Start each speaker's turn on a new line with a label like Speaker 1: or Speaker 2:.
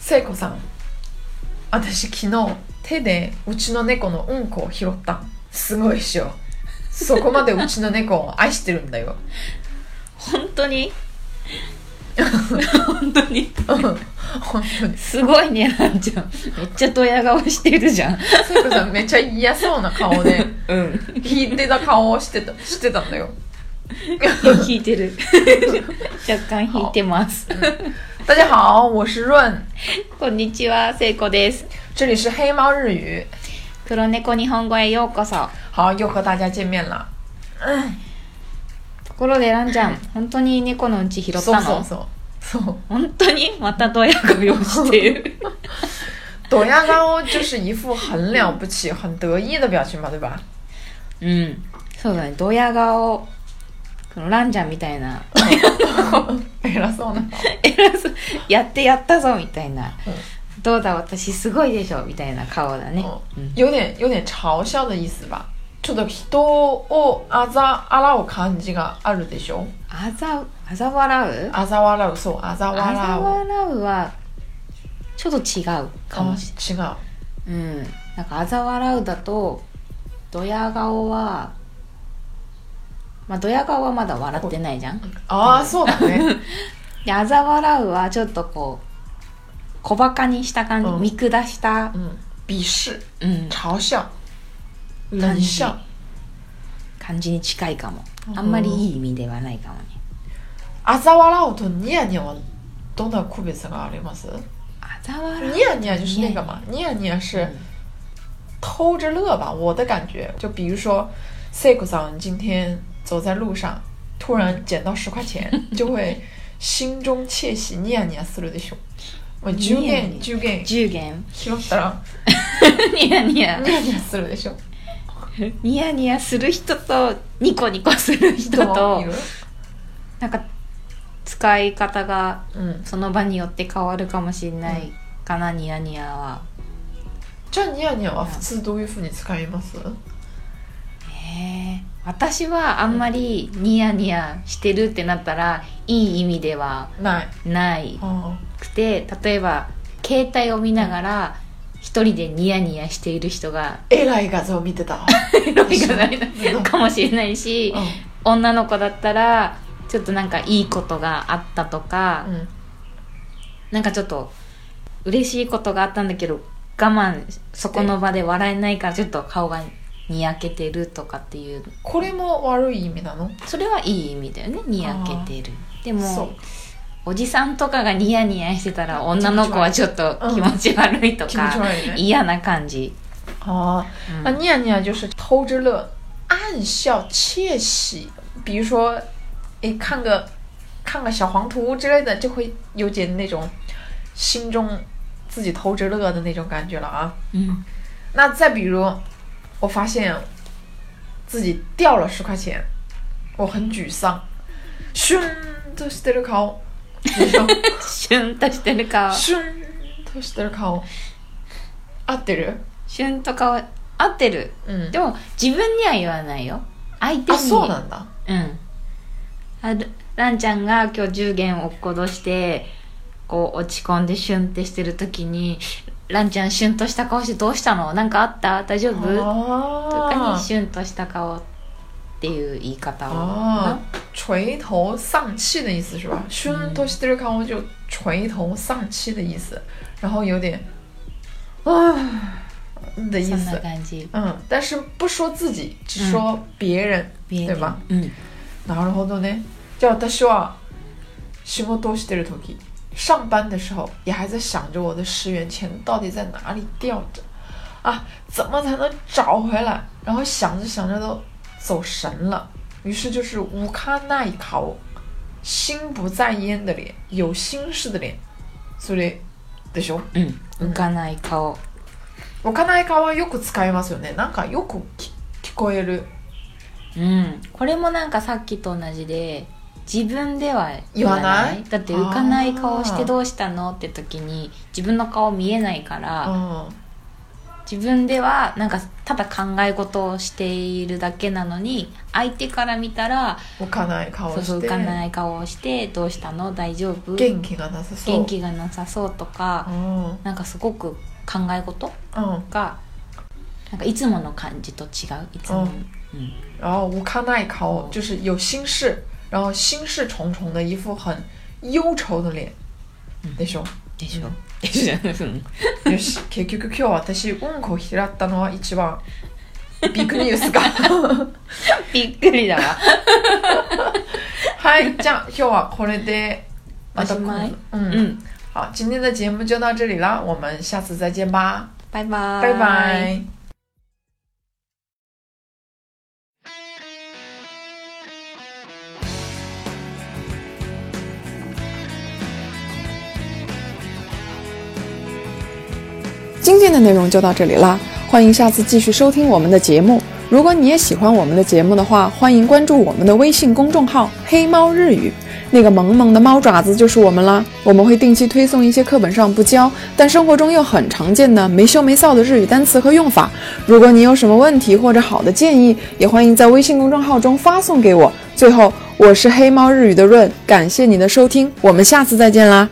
Speaker 1: 聖子さん私昨日手でうちの猫のうんこを拾ったすごいっしょそこまでうちの猫を愛してるんだよ
Speaker 2: 本当に 本当に
Speaker 1: うん本当に
Speaker 2: すごいねあんちゃんめっちゃドヤ顔してるじゃん
Speaker 1: 聖子さんめっちゃ嫌そうな顔で
Speaker 2: うん
Speaker 1: 引いてた顔をしてたしてたんだよ
Speaker 2: 引いて る若干引いてます
Speaker 1: 大家好我是润
Speaker 2: こんにちは聖子です
Speaker 1: 这里是黑猫日语
Speaker 2: 黒猫日本語へようこそ
Speaker 1: 好又和大家见面了
Speaker 2: ところでランちゃん本当に猫のうんち拾ったの
Speaker 1: そうそうそうそう
Speaker 2: 本当にまたドヤ顔をしてる
Speaker 1: 朵牙膏就是一副很了不起、很得意的表情嘛，对吧？
Speaker 2: うんそうだねドヤ顔このランちゃんみたいな
Speaker 1: 偉そうな顔。
Speaker 2: 偉そうやってやったぞみたいな、どうだ私すごいでしょみたいな顔だね、うん
Speaker 1: 哎有点有点嘲笑的意思吧。ちょっと人をあざ笑う感じがあるでしょ。
Speaker 2: あざあざ笑う
Speaker 1: あざ笑う、そう、あざ
Speaker 2: あざ
Speaker 1: 笑う。
Speaker 2: 笑うはちょっと違うかもし
Speaker 1: 違う。
Speaker 2: れない、うん、なんかあざ笑うだとドヤ顔はまあドヤ顔はまだ笑ってないじゃん
Speaker 1: ああ、そうだね。
Speaker 2: であざ笑うはちょっとこう小バカにした感じ、
Speaker 1: うん
Speaker 2: 見下した
Speaker 1: う、ん、嗯鄙視、
Speaker 2: うん、
Speaker 1: 嘲笑、冷
Speaker 2: 感じ
Speaker 1: 笑。
Speaker 2: 感じに近いかも
Speaker 1: うん
Speaker 2: あんまりいい意味ではないかもね
Speaker 1: あざ笑うとニヤニヤはどんな区別があります？
Speaker 2: あざ笑う
Speaker 1: ニヤニヤ就是那个嘛，ニヤニヤ是偷着乐
Speaker 2: 嗯
Speaker 1: 吧，我的感觉。就比如说，Seko 桑今天走在路上，突然捡到十块 钱，就会心中窃喜，啊ニヤニヤするでしょ。まあ、10
Speaker 2: ニヤ
Speaker 1: 元
Speaker 2: ニヤ
Speaker 1: 10元
Speaker 2: 10元
Speaker 1: 拾ったら
Speaker 2: ニヤニヤ
Speaker 1: ニヤニヤする でしょ。
Speaker 2: ニヤニヤする人とニコニコする人
Speaker 1: どう
Speaker 2: と
Speaker 1: いる
Speaker 2: なんか使い方が
Speaker 1: うん。
Speaker 2: その場によって変わるかもしれないかな、ニヤニヤは
Speaker 1: じゃあニヤニヤは
Speaker 2: 嗯
Speaker 1: 普通どういうふうに使います？
Speaker 2: へえ私はあんまりニヤニヤしてるってなったらいい意味では
Speaker 1: ない。
Speaker 2: ない
Speaker 1: あ
Speaker 2: くて例えば携帯を見ながら一人でニヤニヤしている人が
Speaker 1: ー偉い画像見てた。
Speaker 2: いるがないな
Speaker 1: うん
Speaker 2: かもしれないし
Speaker 1: うん
Speaker 2: 女の子だったらちょっとなんかいいことがあったとか、
Speaker 1: うん。
Speaker 2: なんかちょっと嬉しいことがあったんだけど我慢そこの場で笑えないからちょっと顔がにやけてるとかっていう
Speaker 1: これも悪い意味なの？
Speaker 2: それはいい意味だよねにやけてるで
Speaker 1: そう
Speaker 2: もおじさんとかがニヤニヤしてたら女の子はちょっと
Speaker 1: 気
Speaker 2: 気
Speaker 1: 持
Speaker 2: 持ち悪いと
Speaker 1: 気持ち
Speaker 2: か、
Speaker 1: 悪いね。
Speaker 2: 嫌な感じ、
Speaker 1: 哦，
Speaker 2: 嗯
Speaker 1: 那念念就是偷着乐，暗笑窃喜。比如说，诶，看个看个小黄图之类的，就会有点那种心中自己偷着乐的那种感觉了啊。
Speaker 2: うん、
Speaker 1: 那再比如，我发现自己掉了十块钱，我很沮丧，咻としてる顔，你说
Speaker 2: シュンとしてる顔
Speaker 1: 咻としてる顔，合ってる？
Speaker 2: シュンと顔合ってる
Speaker 1: うん。
Speaker 2: でも自分には言わないよ相手に
Speaker 1: あ、そうなんだ。
Speaker 2: うんあるランちゃんが今日10元落っことしてこう落ち込んでシュンってしてる時にランちゃんシュンとした顔してどうしたのなんかあった大丈夫
Speaker 1: あ
Speaker 2: とか
Speaker 1: 哦
Speaker 2: にシュンとした顔っていう言い方を
Speaker 1: 啊，垂头丧气的意思是吧？熏头西德尔康就垂头丧气的意思，然后有点啊的意
Speaker 2: そんな
Speaker 1: 思。
Speaker 2: 感じ
Speaker 1: 嗯，但是不说自己，只说嗯别人，对吧？
Speaker 2: うん
Speaker 1: なるほどね。じゃあ私は仕事をしてる時、上班的时候也还在想着我的十元钱到底在哪里掉着啊，怎么才能找回来？然后想着想着都走神了，于是就是无卡奈考，心不在焉的脸，有心事的脸。それでしょ？
Speaker 2: うん浮かない顔
Speaker 1: 浮かない顔はよく使いますよね。なんかよくき聞こえる。
Speaker 2: うんこれもなんかさっきと同じで自分では
Speaker 1: 言わない
Speaker 2: だって浮かない顔し
Speaker 1: あー
Speaker 2: てどうしたのって時に自分の顔見えないから
Speaker 1: うん。
Speaker 2: 自分ではなんかただ考え事をしているだけなのに相手から見たら
Speaker 1: 浮かない顔
Speaker 2: そう
Speaker 1: して
Speaker 2: そう浮かない顔をして「どうしたの大丈夫
Speaker 1: 元気がなさそう
Speaker 2: 元気がなさそう」とか
Speaker 1: うんうん
Speaker 2: なんかすごく考え事
Speaker 1: あ
Speaker 2: がなんかいつもの感じと違ういつもの、うん
Speaker 1: 然后无康奈考
Speaker 2: 哦
Speaker 1: 就是有心事，然后心事重重的一副很忧愁的脸。
Speaker 2: 嗯
Speaker 1: でしょ。
Speaker 2: でしょ、 でしょうん
Speaker 1: よし、結局今日私うんこ拾ったのは一番ビッグニュースか。
Speaker 2: びっくりだわ
Speaker 1: はい、じゃあ今日はこれでまた
Speaker 2: おしまい
Speaker 1: 嗯
Speaker 2: う
Speaker 1: 嗯，
Speaker 2: ん
Speaker 1: 好，今天的节目就到这里啦，我们下次再见吧，
Speaker 2: バイバ
Speaker 1: 拜拜。
Speaker 3: 今天的内容就到这里啦，欢迎下次继续收听我们的节目。如果你也喜欢我们的节目的话，欢迎关注我们的微信公众号“黑猫日语”，那个萌萌的猫爪子就是我们啦。我们会定期推送一些课本上不教，但生活中又很常见的没羞没臊的日语单词和用法。如果你有什么问题或者好的建议，也欢迎在微信公众号中发送给我。最后，我是黑猫日语的润，感谢你的收听，我们下次再见啦。